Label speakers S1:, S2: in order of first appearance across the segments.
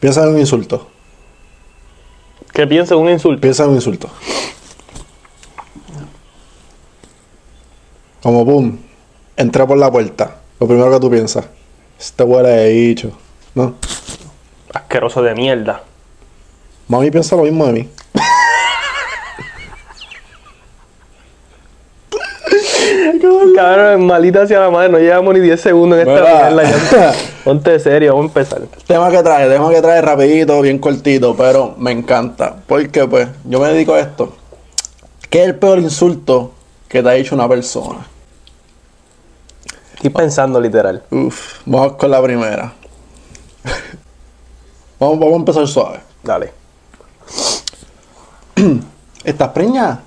S1: Piensa en un insulto.
S2: ¿Qué piensa un insulto?
S1: Piensa en un insulto. Como boom. Entré por la puerta. Lo primero que tú piensas. Este huele de bicho. No.
S2: Asqueroso de mierda.
S1: Mami piensa lo mismo de mí.
S2: Cabrón, malita hacia la madre, no llevamos ni 10 segundos en esta
S1: Mira.
S2: mierda. ya. Ponte serio, vamos a empezar.
S1: Tema que trae, tema que trae rapidito, bien cortito, pero me encanta. Porque pues, yo me dedico a esto. ¿Qué es el peor insulto que te ha dicho una persona?
S2: Estoy pensando literal.
S1: Uf, vamos con la primera. vamos, vamos a empezar suave.
S2: Dale.
S1: ¿Estás preñada?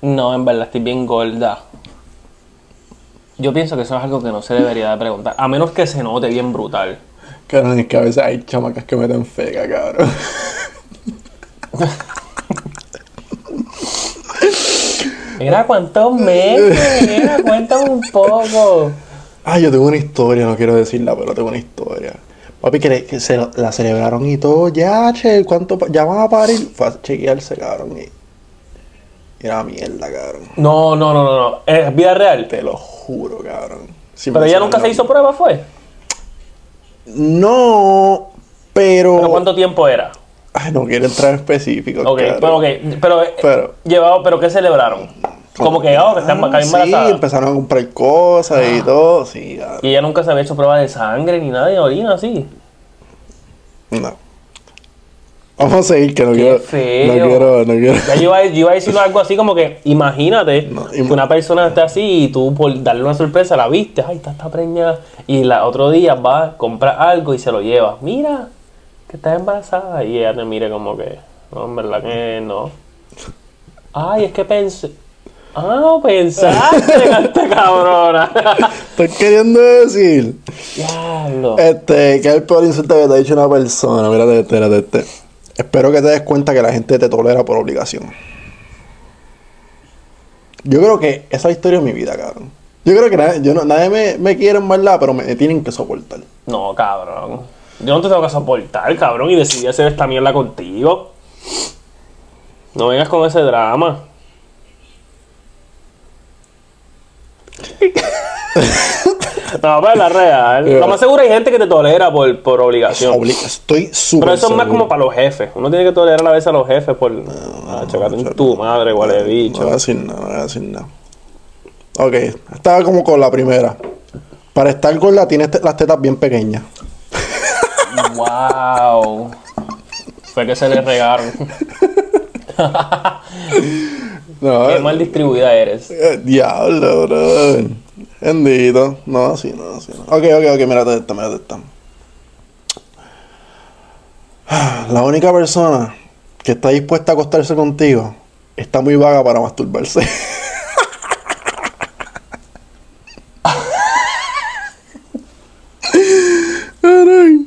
S3: No, en verdad, estoy bien gorda. Yo pienso que eso es algo que no se debería de preguntar, a menos que se note bien brutal.
S1: Cabrón, es que a veces hay chamacas que meten feca, cabrón.
S3: Mira cuántos meses, mira, cuéntame un poco.
S1: Ah, yo tengo una historia, no quiero decirla, pero tengo una historia. Papi, que, le- que se la- la celebraron y todo. Ya, che, ¿cuánto? pa- ¿Ya van a parir? Fue a chequearse, cabrón. Y, y era mierda, cabrón.
S3: No, no, no, no, no. Es vida real.
S1: Te lo juro, cabrón. Sin
S3: Pero ella
S1: mencionar
S3: nunca se
S1: nombre.
S3: hizo prueba, ¿fue?
S1: No, pero...
S3: ¿Pero cuánto tiempo era?
S1: Ay, no quiero entrar en específico,
S3: Ok,
S1: cabrón.
S3: pero, ok, pero, eh,
S1: Pero-
S3: llevado, pero ¿qué celebraron? Como que, oh, que está
S1: Ah,
S3: emba- que está embarazada.
S1: Sí, empezaron a comprar cosas y
S3: Ah.
S1: todo. Sí, cabrón.
S3: Y ella nunca se había hecho prueba de sangre ni nada de orina, así.
S1: No. Vamos a seguir, que no
S3: Qué
S1: quiero...
S3: feo.
S1: No quiero, no quiero...
S3: Ya yo iba, a- yo iba a decir algo así como que, imagínate
S1: No, im-
S3: que una persona esté así y tú por darle una sorpresa la viste, ay, está, está preñada. Y la otro día va, compra algo y se lo lleva. Mira, que estás embarazada. Y ella te mira como que, no, en verdad que no. Ay, es que pensé. Ah, pensaste, esta cabrona.
S1: Estoy queriendo decir...
S3: Diablo.
S1: Este, que es el peor insulto que te ha dicho una persona. Mírate, este, mírate, este. Espero que te des cuenta que la gente te tolera por obligación. Yo creo que esa historia es mi vida, cabrón. Yo creo que nadie, yo no- nadie me, me quiere en verdad, pero me tienen que soportar.
S3: No, cabrón. Yo no te tengo que soportar, cabrón, y decidí hacer esta mierda contigo. No vengas con ese drama. No, pero es la real. Lo más seguro hay gente que te tolera por, por obligación.
S1: Obli- estoy súper
S3: Pero eso es más
S1: seguro.
S3: como para los jefes. Uno tiene que tolerar a veces a los jefes por. ah, chocate en tu madre, igual de
S1: No voy
S3: bicho.
S1: a decir nada, no voy a decir nada. Ok, estaba como con la primera. Para estar gorda tienes te- las tetas bien pequeñas.
S3: ¡Wow! Fue que se le regaron.
S1: No,
S3: Qué mal distribuida eres.
S1: Eh, Diablo, bro. Bendito. No, así no, así no. Ok, ok, ok, mírate esta, mírate esta. La única persona que está dispuesta a acostarse contigo está muy vaga para masturbarse. Caray,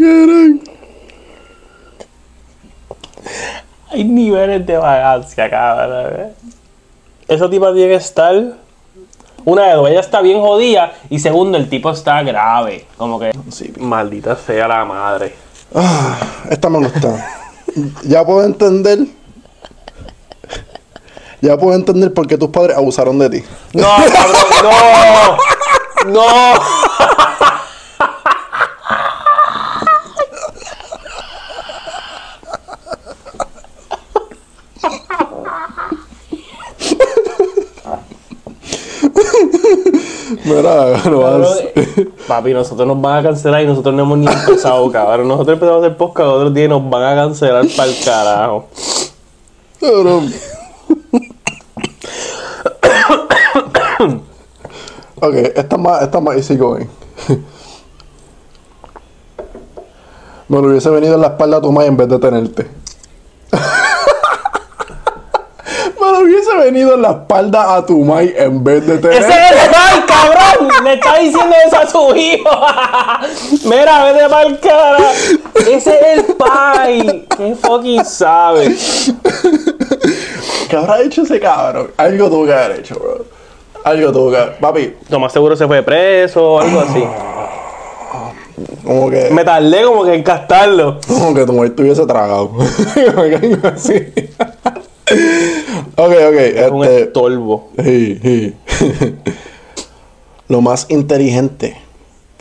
S1: caray.
S3: Hay niveles de vagancia, cabrón. ¿eh? Esa tipa tiene que estar. Una de dos, ella está bien jodida. Y segundo, el tipo está grave. Como que.
S1: Sí, pi-
S3: Maldita sea la madre.
S1: Ah, esta me gusta. Ya puedo entender. Ya puedo entender por qué tus padres abusaron de ti.
S3: ¡No, cabrón! ¡No! ¡No!
S1: Mira, no vas.
S3: eh, Papi, nosotros nos van a cancelar y nosotros no hemos ni empezado, cabrón. Nosotros empezamos a hacer podcast, los otros días nos van a cancelar para el carajo.
S1: Cabrón. Ok, esta es más, esta es más easy going. Me lo hubiese venido en la espalda a tu madre en vez de tenerte. Me lo hubiese venido en la espalda a tu madre en vez de tenerte.
S3: ¡Ese es el mal, cabrón! Le está diciendo eso a su hijo. Mira, vete mal cara. Ese es el pai. ¿Qué fucking sabe?
S1: ¿Qué habrá hecho ese cabrón? Algo tuvo que haber hecho, bro. Algo tuvo que haber. Papi,
S3: Lo más seguro se fue preso o algo así.
S1: Como que.
S2: Me tardé como que en castarlo.
S1: Como que tu mujer te hubiese tragado. Me caigo así. ok, ok.
S2: Es un
S1: este,
S2: estorbo.
S1: sí, sí. Lo más inteligente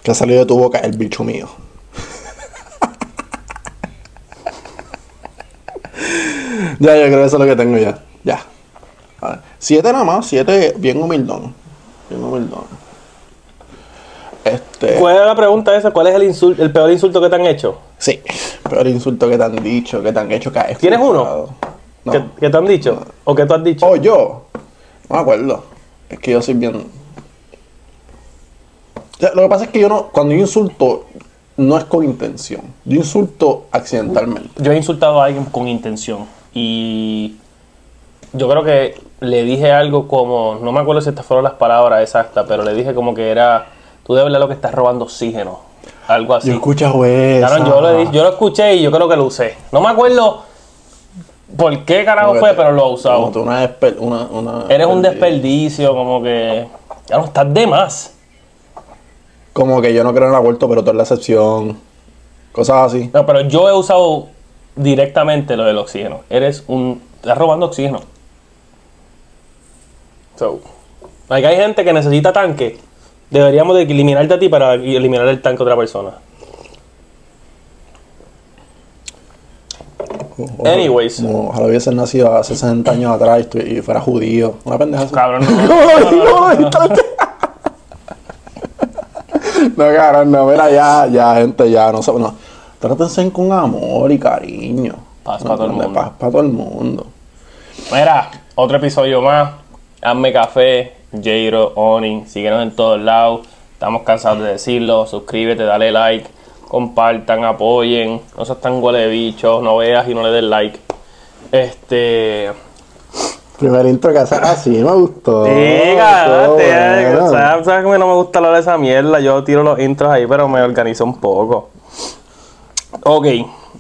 S1: que ha salido de tu boca es el bicho mío. ya, yo creo que eso es lo que tengo ya. Ya. A ver, Siete nada más, siete bien humildón. Bien humildón. Este.
S2: ¿Cuál era la pregunta esa? ¿Cuál es el, insul- el peor insulto que te han hecho?
S1: Sí, peor insulto que te han dicho, que te han hecho caer.
S2: ¿Tienes uno?
S1: No.
S2: ¿Que, que te han dicho? ¿O que tú has dicho?
S1: Oh, yo. No me acuerdo. Es que yo soy bien. O sea, Lo que pasa es que yo no. Cuando yo insulto, no es con intención. Yo insulto accidentalmente.
S3: Yo he insultado a alguien con intención y yo creo que le dije algo como, no me acuerdo si estas fueron las palabras exactas, pero le dije como que era, tú de verdad lo que estás robando oxígeno, algo así.
S1: Yo escucho eso.
S3: Claro, yo, lo, di- yo lo escuché y yo creo que lo usé. No me acuerdo por qué carajo fue, pero lo he usado.
S1: Una desper- una- una
S3: Eres un
S1: desperdicio.
S3: desperdicio, como que, ya no estás de más.
S1: Como que yo no creo en el aborto, pero tú eres la excepción. Cosas así.
S3: No, pero yo he usado directamente lo del oxígeno. Eres un. Estás robando oxígeno. So. Like, hay gente que necesita tanque. Deberíamos de eliminarte a ti para eliminar el tanque a otra persona. Anyways.
S1: Como ojalá hubiese nacido hace 60 años atrás y estu- y fuera judío. Una pendeja así. No,
S3: Cabrón,
S1: no,
S3: no.
S1: no, no, cabrón, no, mira, ya, ya, gente, ya, no sé, no. Trátense con amor y cariño.
S3: Paz pa' todo el mundo.
S1: Paz para todo el mundo.
S3: Mira, otro episodio más. Hazme café, Jairo, Oni, síguenos en todos lados. Estamos cansados de decirlo. Suscríbete, dale like, compartan, apoyen. No seas tan huele de bicho, no veas y no le des like. Este.
S1: Primer intro que haces así, me gustó.
S2: Diga,
S1: Todo
S3: eh,
S2: tío,
S1: bueno.
S2: ¿sabes, sabes que a mí no me gusta hablar de esa mierda. Yo tiro los intros ahí, pero me organizo un poco.
S3: Ok,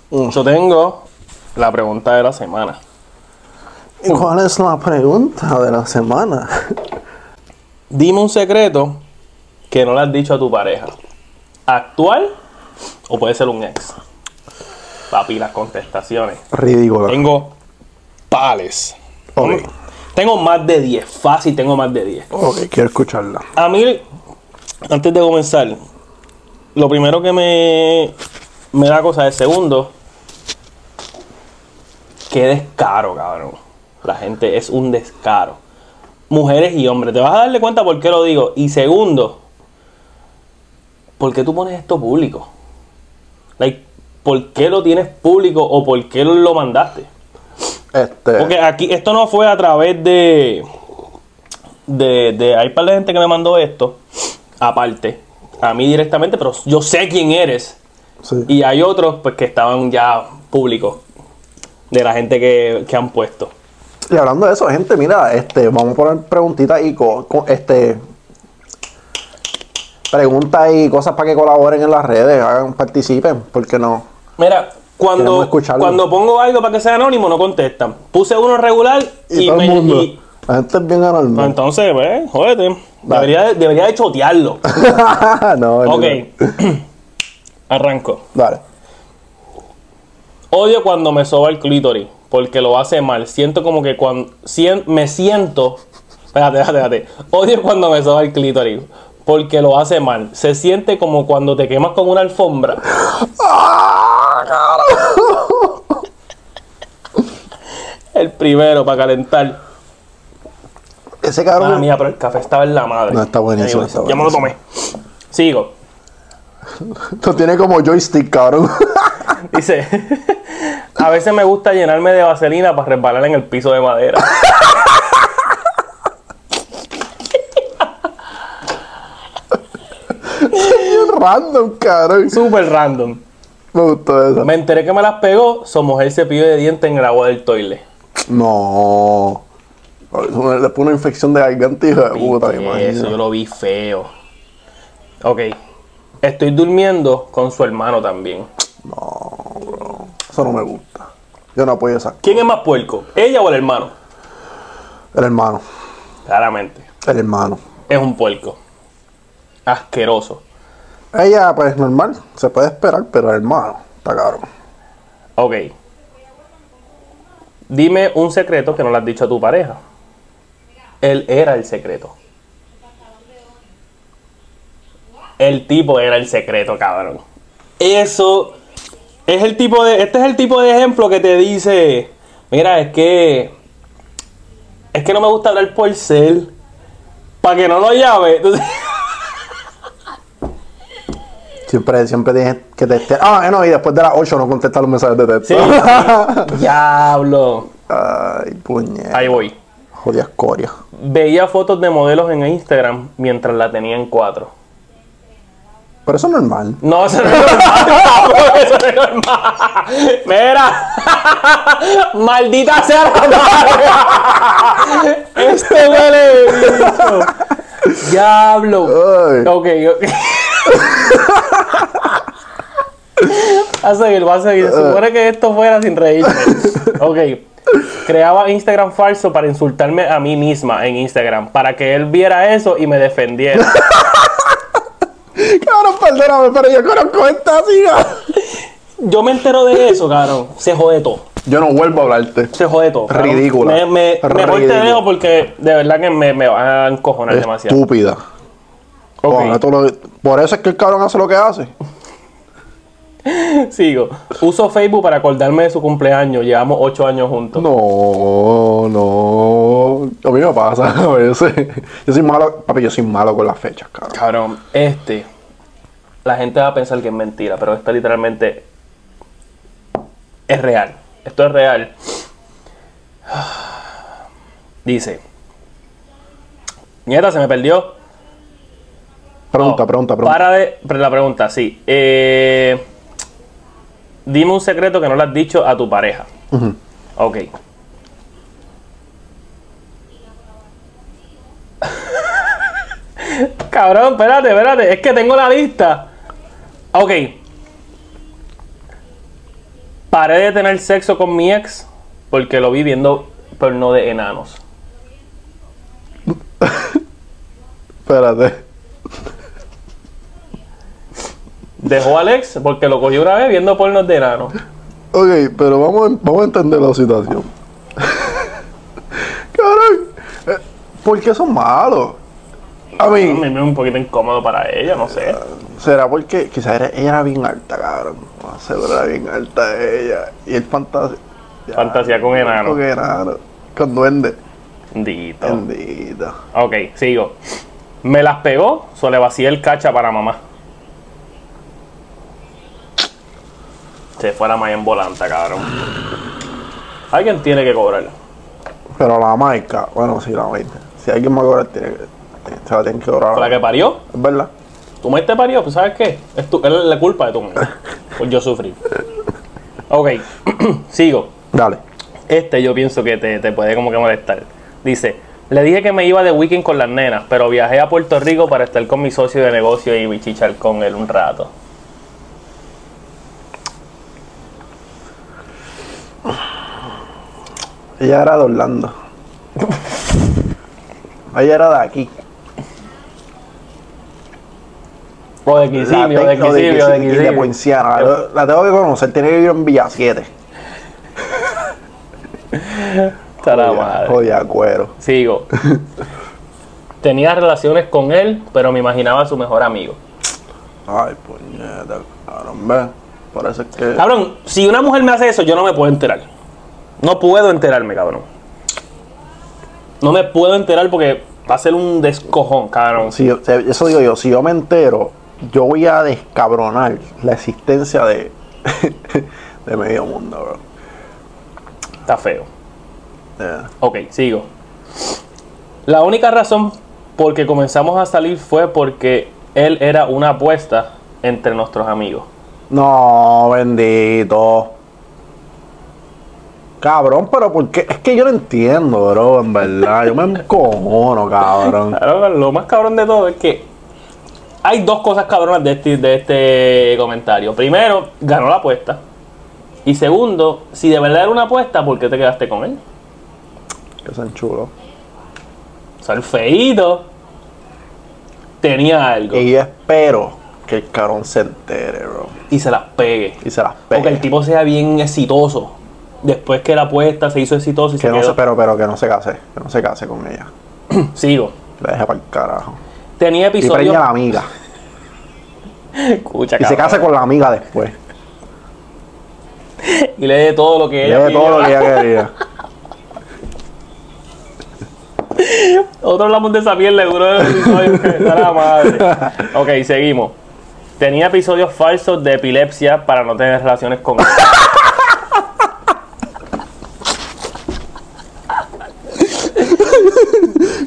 S3: mm, yo tengo la pregunta de la semana.
S1: ¿Y ¿Cuál es la pregunta de la semana?
S3: Dime un secreto que no le has dicho a tu pareja. ¿Actual o puede ser un ex? Papi, las contestaciones.
S1: Ridícula.
S3: Tengo pales.
S1: Ok,
S3: Tengo más de 10, fácil tengo más de 10.
S1: ok, quiero escucharla.
S3: A mí, antes de comenzar, lo primero que me, me da cosa es segundo, qué descaro, cabrón. La gente es un descaro. Mujeres y hombres, te vas a darle cuenta por qué lo digo. Y segundo, ¿por qué tú pones esto público? Like, ¿Por qué lo tienes público o por qué lo mandaste?
S1: Este.
S3: Porque aquí, esto no fue a través de. De, de hay par de gente que me mandó esto, aparte, a mí directamente, pero yo sé quién eres.
S1: sí.
S3: Y hay otros pues que estaban ya públicos de la gente que, que han puesto.
S1: Y hablando de eso, gente, mira, este, vamos a poner preguntitas y co- co- este preguntas y cosas para que colaboren en las redes, hagan, participen, porque no.
S3: Mira,
S1: Queremos
S3: cuando,
S1: escucharlo.
S3: cuando pongo algo para que sea anónimo, no contestan. Puse uno regular
S1: Y,
S3: y,
S1: todo
S3: me.
S1: el mundo.
S3: y-
S1: la gente es bien anormal.
S3: entonces, pues, jódete. Debería, debería de chotearlo.
S1: no, no,
S3: ok.
S1: no.
S3: Arranco.
S1: Dale.
S3: Odio cuando me soba el clítoris, porque lo hace mal. Siento como que cuando sien- me siento. Espérate, espérate, espérate. Odio cuando me soba el clítoris, porque lo hace mal. Se siente como cuando te quemas con una alfombra.
S1: ¡Ah,
S3: El primero para calentar.
S1: Ese
S3: Madre
S1: cabrón.
S3: mía, pero el café estaba en la madre.
S1: No, está buenísimo,
S3: Anyway,
S1: está
S3: Ya me lo tomé. Sigo.
S1: Lo tiene como joystick, cabrón.
S3: Dice, a veces me gusta llenarme de vaselina para resbalar en el piso de madera.
S1: bien random, cabrón.
S3: Súper random.
S1: Me gustó eso.
S3: Me enteré que me las pegó, su mujer se pilló de dientes en el agua del toile.
S1: No. Después una infección de garganta, hijo de puta, me
S3: Eso yo
S1: imagino.
S3: lo vi feo. Ok. Estoy durmiendo con su hermano también.
S1: Eso no me gusta. Yo no apoyo esa.
S3: ¿Quién es más puerco? ¿Ella o el hermano?
S1: El hermano.
S3: Claramente.
S1: El hermano.
S3: Es un puerco. Asqueroso.
S1: Ella, pues normal, se puede esperar, pero hermano, está cabrón.
S3: Ok. Dime un secreto que no le has dicho a tu pareja. Él era el secreto. El tipo era el secreto, cabrón. Eso es el tipo de. Este es el tipo de ejemplo que te dice. Mira, es que. Es que no me gusta hablar por cel. Para que no lo llame. Entonces,
S1: Siempre, siempre tienes que testear. Ah, eh, no, y después de las 8 no contestas los mensajes de texto.
S3: sí, sí. Diablo.
S1: Ay, puñet.
S3: Ahí voy.
S1: Jodidas corias.
S3: Veía fotos de modelos en Instagram mientras la tenía en cuatro.
S1: Pero eso es normal.
S3: No, eso no es normal, cabrón, eso no es normal. Mira, maldita sea la madre. Este huele de bicho. Diablo.
S1: Ay.
S3: Ok, ok. Va a seguir, va a seguir. Se supone que esto fuera sin reírme. Ok. Creaba Instagram falso para insultarme a mí misma en Instagram. Para que él viera eso y me defendiera.
S1: Cabrón, perdóname, pero yo conozco esta siga.
S3: Yo me entero de eso, cabrón. Se jode todo.
S1: Yo no vuelvo a hablarte.
S3: Se jode todo. cabrón.
S1: Ridícula.
S3: Me, me, mejor te
S1: Ridícula.
S3: dejo porque de verdad que me, me vas a encojonar demasiado.
S1: Estúpida.
S3: Ok,
S1: Ojalá tú lo- Por eso es que el cabrón hace lo que hace.
S3: Sigo. Uso Facebook para acordarme de su cumpleaños. Llevamos ocho años juntos.
S1: No, no. A mí me pasa a veces. Yo soy malo, papi, yo soy malo con las fechas, cabrón.
S3: Cabrón, este. La gente va a pensar que es mentira, pero esto literalmente es real. Esto es real. Dice. Nieta, se me perdió.
S1: Pregunta,
S3: No,
S1: pregunta, pregunta.
S3: Para de. pre- La pregunta, sí. Eh, dime un secreto que no le has dicho a tu pareja.
S1: Ujú.
S3: Ok. Cabrón, espérate, espérate. Es que tengo la lista. Ok. Paré de tener sexo con mi ex porque lo vi viendo porno de enanos.
S1: Espérate.
S3: Dejó al ex porque lo cogió una vez viendo pornos de enanos.
S1: Ok, pero vamos a, vamos a entender la situación. cabrón. eh, ¿Por qué son malos? A mí.
S3: Me veo un poquito incómodo para ella, no sé.
S1: ¿Será porque quizás era- ella era bien alta, cabrón? No sé, pero era bien alta ella. Y el fantasía.
S3: Fantasía con enano.
S1: Con enano. Con duende.
S3: Dito.
S1: Bendito.
S3: Ok, sigo. Me las pegó, solo le vacié el cacha para mamá. Se fue la malla en volanta, cabrón. Alguien tiene que cobrarla.
S1: Pero la marca, bueno, sí, la marca. Si alguien me cobra, tiene que, se la tienen que cobrar.
S3: Fue la que parió.
S1: Es verdad.
S3: Tu madre te parió, pues ¿sabes qué? Es, tu- es la culpa de tu madre. Por yo sufrir. Ok, sigo.
S1: Dale.
S3: Este yo pienso que te, te puede como que molestar. Dice, le dije que me iba de weekend con las nenas, pero viajé a Puerto Rico para estar con mi socio de negocio y bichichar con él un rato.
S1: Ella era de Orlando. ella era de aquí.
S3: O de
S1: La
S3: Quisimio,
S1: tengo-
S3: de Quisimio, de
S1: Quisi- y de
S3: Quisimio.
S1: Poinciana. La, la tengo que conocer, tiene que vivir en Villa 7.
S3: Está la Ah, madre.
S1: Jodida cuero.
S3: Sigo. Tenía relaciones con él, pero me imaginaba a su mejor amigo.
S1: Ay, puñeta, cabrón, ve. Parece que.
S3: Cabrón, si una mujer me hace eso, yo no me puedo enterar. No puedo enterarme, cabrón. No me puedo enterar porque va a ser un descojón, cabrón.
S1: Si yo- se- eso digo yo, si yo me entero, yo voy a descabronar la existencia de, de medio mundo, bro.
S3: Está feo.
S1: Yeah.
S3: Ok, sigo. La única razón por que comenzamos a salir fue porque él era una apuesta entre nuestros amigos.
S1: No, bendito. Cabrón, pero ¿por qué? Es que yo no entiendo, bro, en verdad. Yo me encojono, cabrón.
S3: Claro, lo más cabrón de todo es que hay dos cosas cabronas de este, de este comentario. Primero, ganó la apuesta. Y segundo, si de verdad era una apuesta, ¿por qué te quedaste con él?
S1: Que sean chulos.
S3: O sea, el feíto tenía algo.
S1: Y yo espero que el cabrón se entere, bro.
S3: y se las pegue.
S1: Y se las
S3: O que
S1: pegue.
S3: el tipo sea bien exitoso. Después que la apuesta se hizo exitoso y
S1: Que
S3: se
S1: no
S3: quedó.
S1: se, pero, pero que no se case, que no se case con ella.
S3: Sigo.
S1: La deje para el carajo.
S3: Tenía
S1: Y preña a la
S3: episodios.
S1: amiga.
S3: Escucha,
S1: Y se
S3: cabrón.
S1: case con la amiga después.
S3: Y le dé todo lo que
S1: Y
S3: ella
S1: le dé
S3: pidió.
S1: todo lo que ella quería.
S3: "Ah, Otro hablamos de esa mierda, duro el episodio que está la madre. Ok, seguimos. Tenía episodios falsos de epilepsia para no tener relaciones con él.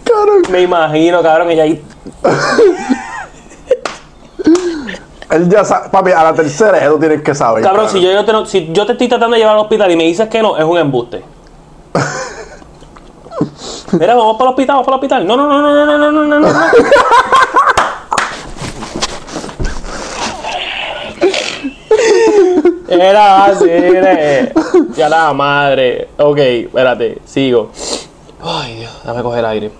S1: Cabrón.
S3: Me imagino, cabrón, ella ahí.
S1: Él ya sabe, papi, a la tercera ya tú tienes que saber.
S3: Cabrón, si yo, yo te, no- si yo te estoy tratando de llevar al hospital y me dices que no, es un embuste. Mira, vamos para el hospital, vamos para el hospital. No, no, no, no, no, no, no, no, no, no. Era así, era. Ya la madre. Ok, espérate, sigo. Ay, Dios, dame coger aire.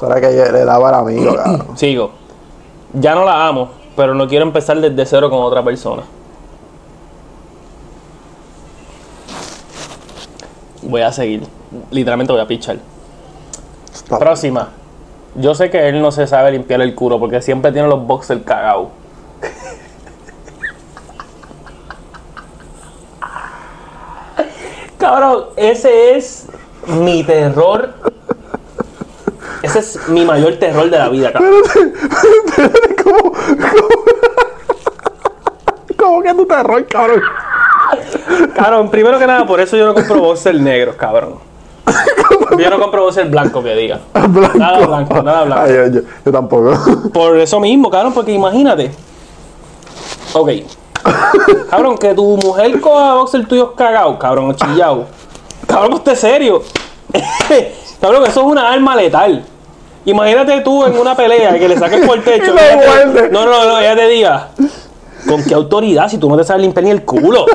S1: Será que ella le daba al amigo, cabrón.
S3: Sigo. Ya no la amo, pero no quiero empezar desde cero con otra persona. Voy a seguir. Literalmente voy a pichar.
S1: Está-
S3: Próxima. Yo sé que él no se sabe limpiar el culo porque siempre tiene los boxers cagados. Cabrón, ese es mi terror. Ese es mi mayor terror de la vida, cabrón.
S1: ¿Cómo, cómo, cómo que tú te error, cabrón?
S3: Cabrón, primero que nada, por eso yo no compro boxer negros, cabrón. Yo no compro boxer blanco, que diga.
S1: Blanco.
S3: Nada blanco, nada blanco.
S1: Ay, yo, yo- yo tampoco.
S3: Por eso mismo, cabrón, porque imagínate. Ok. Cabrón, que tu mujer coja boxer tuyo cagado, cabrón, chillado. Cabrón, pues te serio. cabrón, eso es una arma letal. Imagínate tú en una pelea que le saques por el techo.
S1: Y la
S3: ella te-
S1: muerde.
S3: no, no, no, ella te diga. ¿Con qué autoridad si tú no te sabes limpiar ni el culo?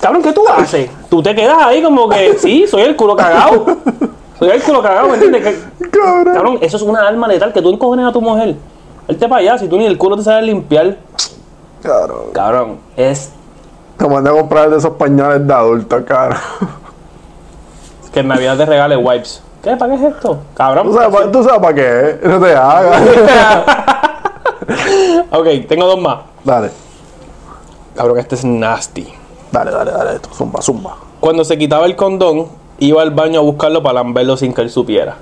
S3: Cabrón, ¿qué tú haces? Tú te quedas ahí como que, sí, soy el culo cagado. Soy el culo cagado, ¿me entiendes? Que-
S1: Cabrón.
S3: Cabrón, eso es una arma letal que tú encojones a tu mujer. Vete para allá, si tú ni el culo te sabes limpiar.
S1: Cabrón.
S3: Cabrón, es
S1: Te mandé a comprar de esos pañales de adulto, cabrón.
S3: que en Navidad te regale wipes. ¿Qué? ¿Para qué es esto? Cabrón.
S1: ¿Tú sabes, pa- tú sabes para qué? eh? No te hagas.
S3: Ok, tengo dos más.
S1: Dale,
S3: Cabrón, este es nasty.
S1: dale, dale, dale. Esto, zumba, zumba.
S3: Cuando se quitaba el condón, iba al baño a buscarlo para lamberlo sin que él supiera.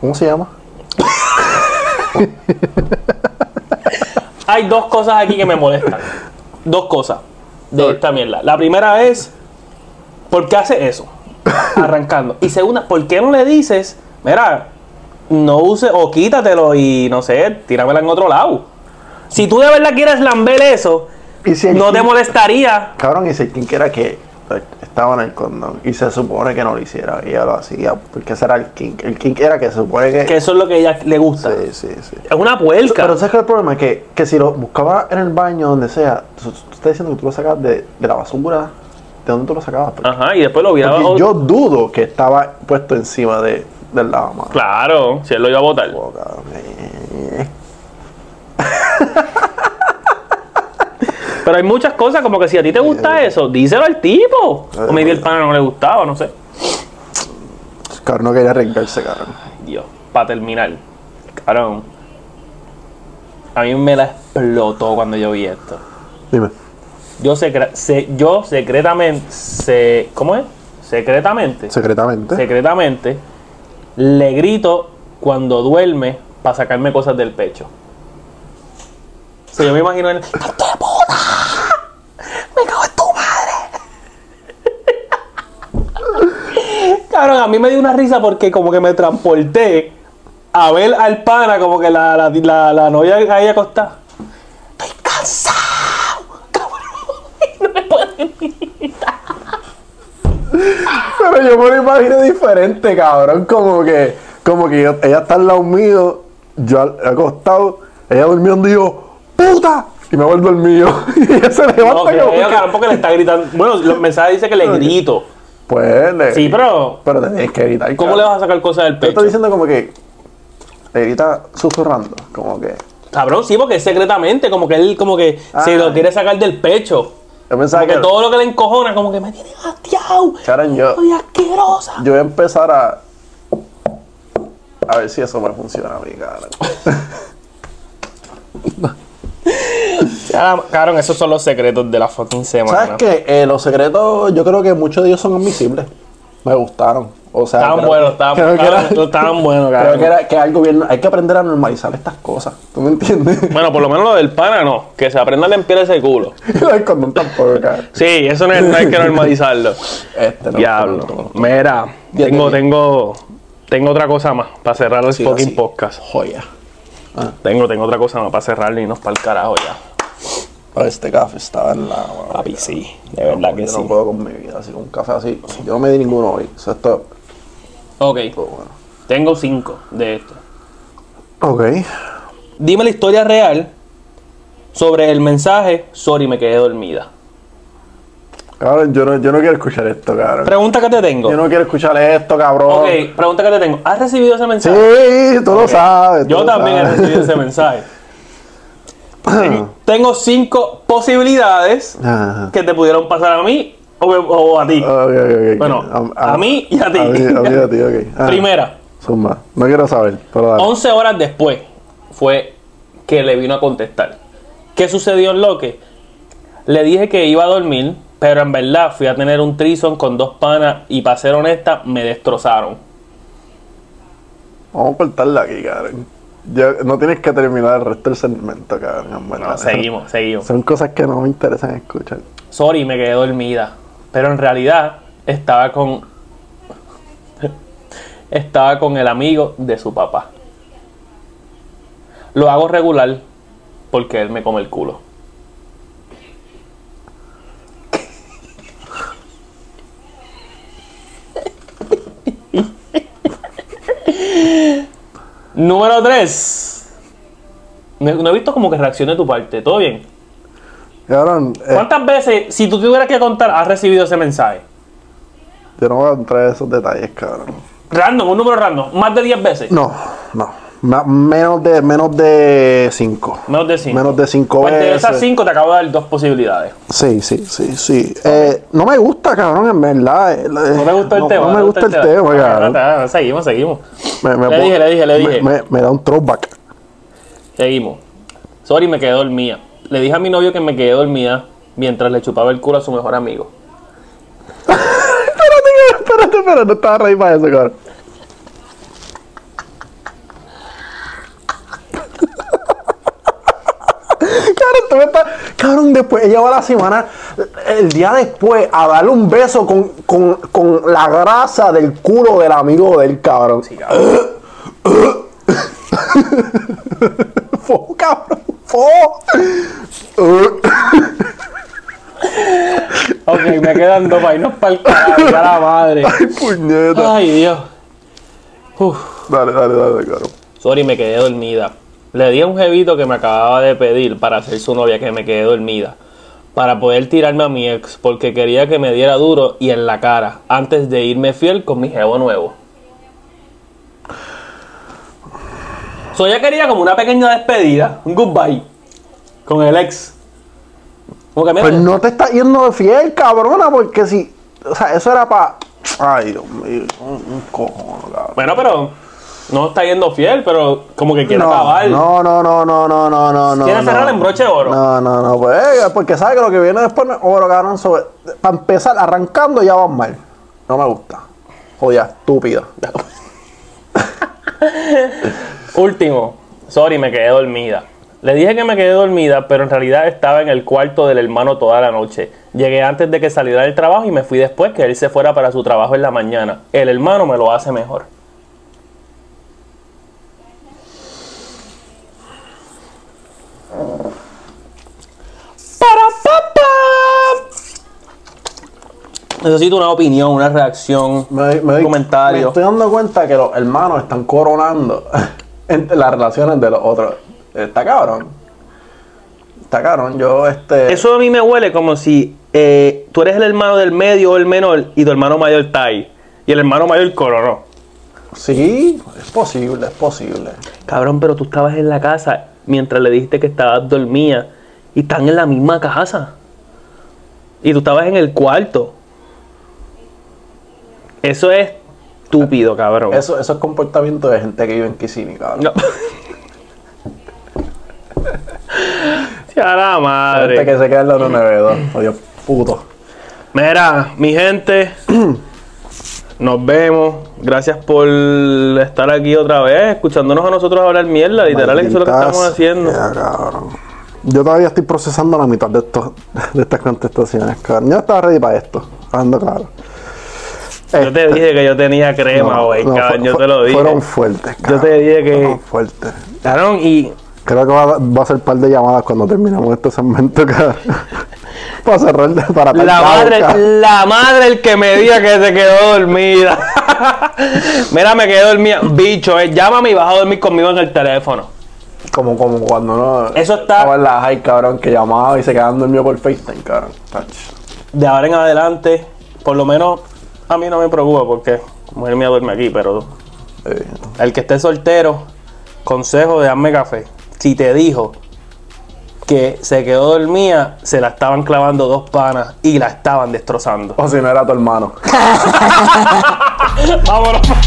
S1: ¿Cómo se llama?
S3: Hay dos cosas aquí que me molestan. Dos cosas de esta mierda. La primera es, ¿por qué hace eso? Arrancando. Y segunda, ¿por qué no le dices, mira, no use o quítatelo y no sé, tíramela en otro lado? Si tú de verdad quieres lamber eso,
S1: Y si el
S3: no te
S1: quin-
S3: molestaría.
S1: Cabrón, y si quien quiera que pues, estaba en el condón y se supone que no lo hiciera y ella lo hacía, porque será el kink. El kink era que se supone que.
S3: Que eso es lo que a ella le gusta.
S1: Sí, sí, sí.
S3: Es una puerca.
S1: Pero ¿sabes qué es el problema? Que, que si lo buscaba en el baño, donde sea, tú, tú estás diciendo que tú lo sacabas de, de la basura, ¿de dónde tú lo sacabas? Porque,
S3: Ajá, y después lo hubiera...
S1: porque yo dudo que estaba puesto encima de, del lavamanos.
S3: Claro, si él lo iba a botar.
S1: Oh, cabrón, eh.
S3: Pero hay muchas cosas, como que si a ti te gusta eso, díselo al tipo.
S1: Ay,
S3: O maybe el
S1: madre.
S3: pana no le gustaba, no sé.
S1: Cabrón, no quería arriesgarse, cabrón.
S3: Dios, para terminar, cabrón. A mí me la explotó cuando yo vi esto.
S1: Dime.
S3: Yo, secre- se- yo secretamente. Se, ¿Cómo es? Secretamente.
S1: Secretamente.
S3: Secretamente. Le grito cuando duerme para sacarme cosas del pecho. O sea, yo me imagino él. ¡Qué puta! ¡Me cago en tu madre! Cabrón, a mí me dio una risa porque como que me transporté a ver al pana, como que la, la, la, la novia ahí acostada. ¡Estoy cansado! ¡Cabrón! No me puedo
S1: Pero yo me lo imagino diferente, cabrón. Como que, como que yo- ella está al lado mío, yo al- acostado, ella durmiendo y yo, ¡puta! Y me vuelvo el mío. y ella se levanta
S3: No, que
S1: como
S3: veo,
S1: que-
S3: cabrón, porque le está gritando. Bueno, los mensajes dice que le grito.
S1: Pues le-
S3: Sí, pero
S1: Pero te tienes que gritar.
S3: ¿cómo
S1: cabrón.
S3: le vas a sacar cosas del
S1: Yo estoy
S3: pecho?
S1: diciendo como que te grita susurrando, como que.
S3: Cabrón, sí, porque es secretamente, como que él como que se
S1: Ah.
S3: lo quiere sacar del pecho.
S1: Yo
S3: Como
S1: pensaba
S3: que
S1: que.
S3: todo lo que le encojona, como que me tiene hastiado.
S1: Charan, yo,
S3: Soy asquerosa.
S1: yo voy a empezar a. A ver si eso me funciona a mí, cabrón.
S3: Ah, Cabrón, esos son los secretos de la fucking semana.
S1: ¿Sabes qué? Eh, los secretos, yo creo que muchos de ellos son admisibles. Me gustaron. O sea,
S3: Estaban
S1: creo-
S3: buenos, estaban
S1: creo que
S3: estaban-
S1: era-
S3: estaban buenos,
S1: Creo
S3: cabrón.
S1: que, era, que algo bien. Hay que aprender a normalizar estas cosas. ¿Tú me entiendes?
S3: Bueno, por lo menos lo del pana no, que se aprenda a limpiar ese culo.
S1: El condón tampoco, cabrón.
S3: Sí, eso no, es- no hay que normalizarlo.
S1: Este no.
S3: Diablo. Mira,
S1: Ya
S3: tengo,
S1: te vi.
S3: tengo, tengo otra cosa más para cerrar el
S1: Sí,
S3: fucking
S1: así.
S3: podcast.
S1: Joya.
S3: Tengo, tengo otra cosa más para cerrarlo y nos para el carajo ya.
S1: Pero este café estaba en la.
S3: Papi, sí, de verdad que
S1: yo
S3: sí.
S1: no puedo con mi vida, así con un café así. Yo no me di ninguno hoy. Eso está
S3: Ok,
S1: todo bueno.
S3: tengo cinco de estos.
S1: Ok.
S3: Dime la historia real sobre el mensaje, sorry, me quedé dormida.
S1: Cabrón, yo no, yo no quiero escuchar esto, cabrón.
S3: Pregunta que te tengo.
S1: Yo no quiero escuchar esto, cabrón.
S3: Ok, pregunta que te tengo. ¿Has recibido ese mensaje?
S1: Sí, tú lo sabes. tú
S3: Yo
S1: lo
S3: también he
S1: sabes.
S3: recibido ese mensaje. Ten- Tengo cinco posibilidades
S1: Ajá.
S3: que te pudieron pasar a mí o, o a ti.
S1: Ok, ok, ok.
S3: Bueno, a mí y a ti.
S1: A mí, a mí y a ti, ok. Ah,
S3: Primera,
S1: Zumba. No quiero saber, pero dale.
S3: 11 horas después fue que le vino a contestar. ¿Qué sucedió en Loque? Le dije que iba a dormir, pero en verdad fui a tener un trison con dos panas y para ser honesta me destrozaron.
S1: Vamos a cortarla aquí, cabrón. Yo- no tienes que terminar el resto del segmento, cabrón. en verdad.
S3: No, seguimos, seguimos.
S1: Son cosas que no me interesan escuchar.
S3: Sorry, me quedé dormida. Pero en realidad estaba con. estaba con el amigo de su papá. Lo hago regular porque él me come el culo. Número 3. No, no he visto como que reaccione de tu parte. ¿Todo bien?
S1: Cabrón, eh,
S3: ¿Cuántas veces, si tú tuvieras que contar, has recibido ese mensaje?
S1: yo no voy a entrar en esos detalles, cabrón.
S3: Random, un número random, más de 10 veces.
S1: No, no. Ma- menos de menos de 5.
S3: Menos de 5.
S1: Menos de 5
S3: Pues de
S1: veces.
S3: esas 5 te acabo de dar dos posibilidades.
S1: Sí, sí, sí, sí. Eh, no me gusta, cabrón, en verdad. Eh,
S3: No te gustó el tema.
S1: No me gusta el tema,
S3: Ah,
S1: cabrón.
S3: ah, ah, Seguimos, seguimos.
S1: Me, me
S3: Le
S1: pon-
S3: dije, le dije, le
S1: me-
S3: dije.
S1: Me, me da un throwback.
S3: Seguimos. Sorry, me quedé dormida. Le dije a mi novio que me quedé dormida mientras le chupaba el culo a su mejor amigo.
S1: Espérate, espérate, no estaba ready para eso, cabrón. Cabrón, tú me estás- Cabrón, después ella va la semana, el día después, a darle un beso con, con, con la grasa del culo del amigo del cabrón. Sí, cabrón. Fo, cabrón, fo.
S3: Ok, me quedan dos vainos para el carajo, ya la madre.
S1: Ay, puñeta.
S3: Ay, Dios. Uf.
S1: Dale, dale, dale, cabrón.
S3: Sorry, me quedé dormida. Le di a un jevito que me acababa de pedir para ser su novia que me quedé dormida. Para poder tirarme a mi ex porque quería que me diera duro y en la cara antes de irme fiel con mi jevo nuevo. So ella quería como una pequeña despedida, un goodbye con el ex. Como que mira,
S1: Pues no te está yendo de fiel, cabrona, porque si. O sea, eso era para. Ay, Dios mío, un, un cojono, cabrón.
S3: Bueno, pero no está yendo fiel, pero como que quiere
S1: No,
S3: acabar.
S1: no, no, no, no, no, no, no, no.
S3: Quiere cerrar
S1: no.
S3: en broche de oro.
S1: No, no, no, pues, eh, porque sabes que lo que viene después no es oro, cabrón. para empezar, arrancando ya van mal. No me gusta. Joder, estúpida.
S3: Último, sorry, me quedé dormida. Le dije que me quedé dormida, pero en realidad estaba en el cuarto del hermano toda la noche. Llegué antes de que saliera del trabajo y me fui después que él se fuera para su trabajo en la mañana. El hermano me lo hace mejor. ¡Para papá! Necesito una opinión, una reacción,
S1: Me, me,
S3: un
S1: doy- me
S3: comentario.
S1: estoy dando cuenta que los hermanos están coronando entre las relaciones de los otros. Está cabrón. Está cabrón, yo este.
S3: Eso a mí me huele como si eh, tú eres el hermano del medio o el menor y tu hermano mayor está ahí. Y el hermano mayor coronó.
S1: Sí, es posible, es posible.
S3: Cabrón, pero tú estabas en la casa mientras le dijiste que estabas dormida y están en la misma casa. Y tú estabas en el cuarto. Eso es estúpido, cabrón.
S1: Eso, eso es comportamiento de gente que vive en Kissimmee, cabrón.
S3: No. Ya la
S1: Gente
S3: madre.
S1: que se queda en la
S3: Mm.
S1: 992. Odio puto.
S3: Mira, mi gente, nos vemos. Gracias por estar aquí otra vez, escuchándonos a nosotros hablar mierda. Literal, eso es lo que
S1: Malditas.
S3: estamos haciendo.
S1: Ya, cabrón. Yo todavía estoy procesando la mitad de, estos, de estas contestaciones, cabrón. Yo estaba ready para esto, hablando claro. Eh,
S3: Yo te dije que yo tenía crema,
S1: No,
S3: güey,
S1: no,
S3: cabrón,
S1: fue-
S3: yo te lo
S1: fue-
S3: dije.
S1: Fueron fuertes,
S3: Yo te dije que-
S1: Fueron fuertes.
S3: Cabrón, y
S1: Creo que va, va a ser par de llamadas cuando terminamos este segmento, cabrón. para cerrar, para atar
S3: la
S1: cabo, cabrón.
S3: madre, la madre el que me diga que se quedó dormida. Mira, me quedé dormida. Bicho, eh, llámame y vas a dormir conmigo en el teléfono.
S1: Como, como cuando no.
S3: Eso está-
S1: Estaba en la high, cabrón, que llamaba y se quedaban dormidos por FaceTime, cabrón. Tach.
S3: de ahora en adelante, por lo menos a mí no me preocupa porque mujer mía duerme aquí, pero
S1: Eh,
S3: el que esté soltero, consejo de hazme café. Si te dijo que se quedó dormida, se la estaban clavando dos panas y la estaban destrozando.
S1: o si no era tu hermano.
S3: Vámonos.